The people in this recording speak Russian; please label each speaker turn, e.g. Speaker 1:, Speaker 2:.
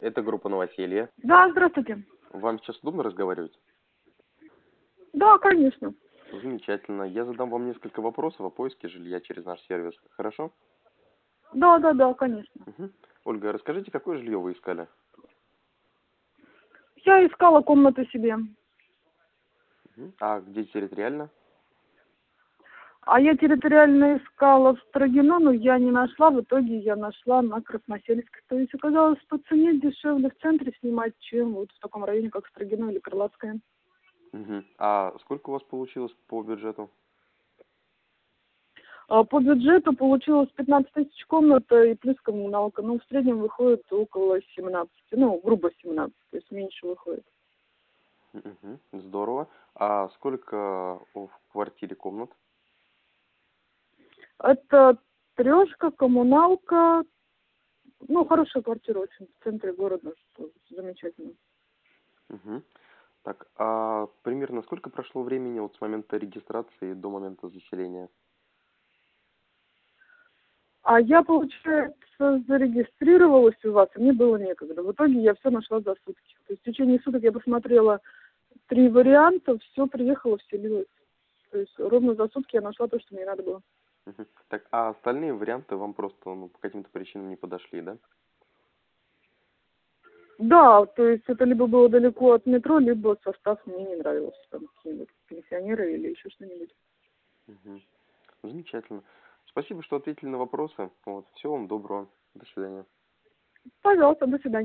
Speaker 1: Это группа «Новоселье».
Speaker 2: Да, здравствуйте.
Speaker 1: Вам сейчас удобно разговаривать?
Speaker 2: Да, конечно.
Speaker 1: Замечательно. Я задам вам несколько вопросов о поиске жилья через наш сервис. Хорошо?
Speaker 2: Да, да, да, конечно.
Speaker 1: Мгм. Ольга, расскажите, какое жилье вы искали?
Speaker 2: Я искала комнату себе.
Speaker 1: Мгм. А где территориально?
Speaker 2: А я территориально искала в Строгино, но я не нашла. В итоге я нашла на Красносельске. То есть оказалось, по цене дешевле в центре снимать, чем вот в таком районе, как Строгино или Крылатское.
Speaker 1: Мгм. А сколько у вас получилось по бюджету?
Speaker 2: А по бюджету получилось 15 тысяч комната и плюс коммуналка. Ну, в среднем выходит около 17, ну, грубо 17, то есть меньше выходит.
Speaker 1: Мгм. Здорово. А сколько в квартире комнат?
Speaker 2: Это трешка, коммуналка. Ну, хорошая квартира очень в центре города, что замечательно.
Speaker 1: Мгм. Так, а примерно сколько прошло времени вот с момента регистрации до момента заселения?
Speaker 2: А я, получается, зарегистрировалась у вас, и мне было некогда. В итоге я все нашла за сутки. То есть в течение суток я посмотрела три варианта, все приехала, вселилась. То есть ровно за сутки я нашла то, что мне надо было.
Speaker 1: Мгм. Так, а остальные варианты вам просто ну, по каким-то причинам не подошли, да?
Speaker 2: Да, то есть это либо было далеко от метро, либо состав мне не нравился, там какие-нибудь пенсионеры или еще что-нибудь.
Speaker 1: Мгм. Замечательно. Спасибо, что ответили на вопросы. Вот, всего вам доброго. До свидания.
Speaker 2: Пожалуйста, до свидания.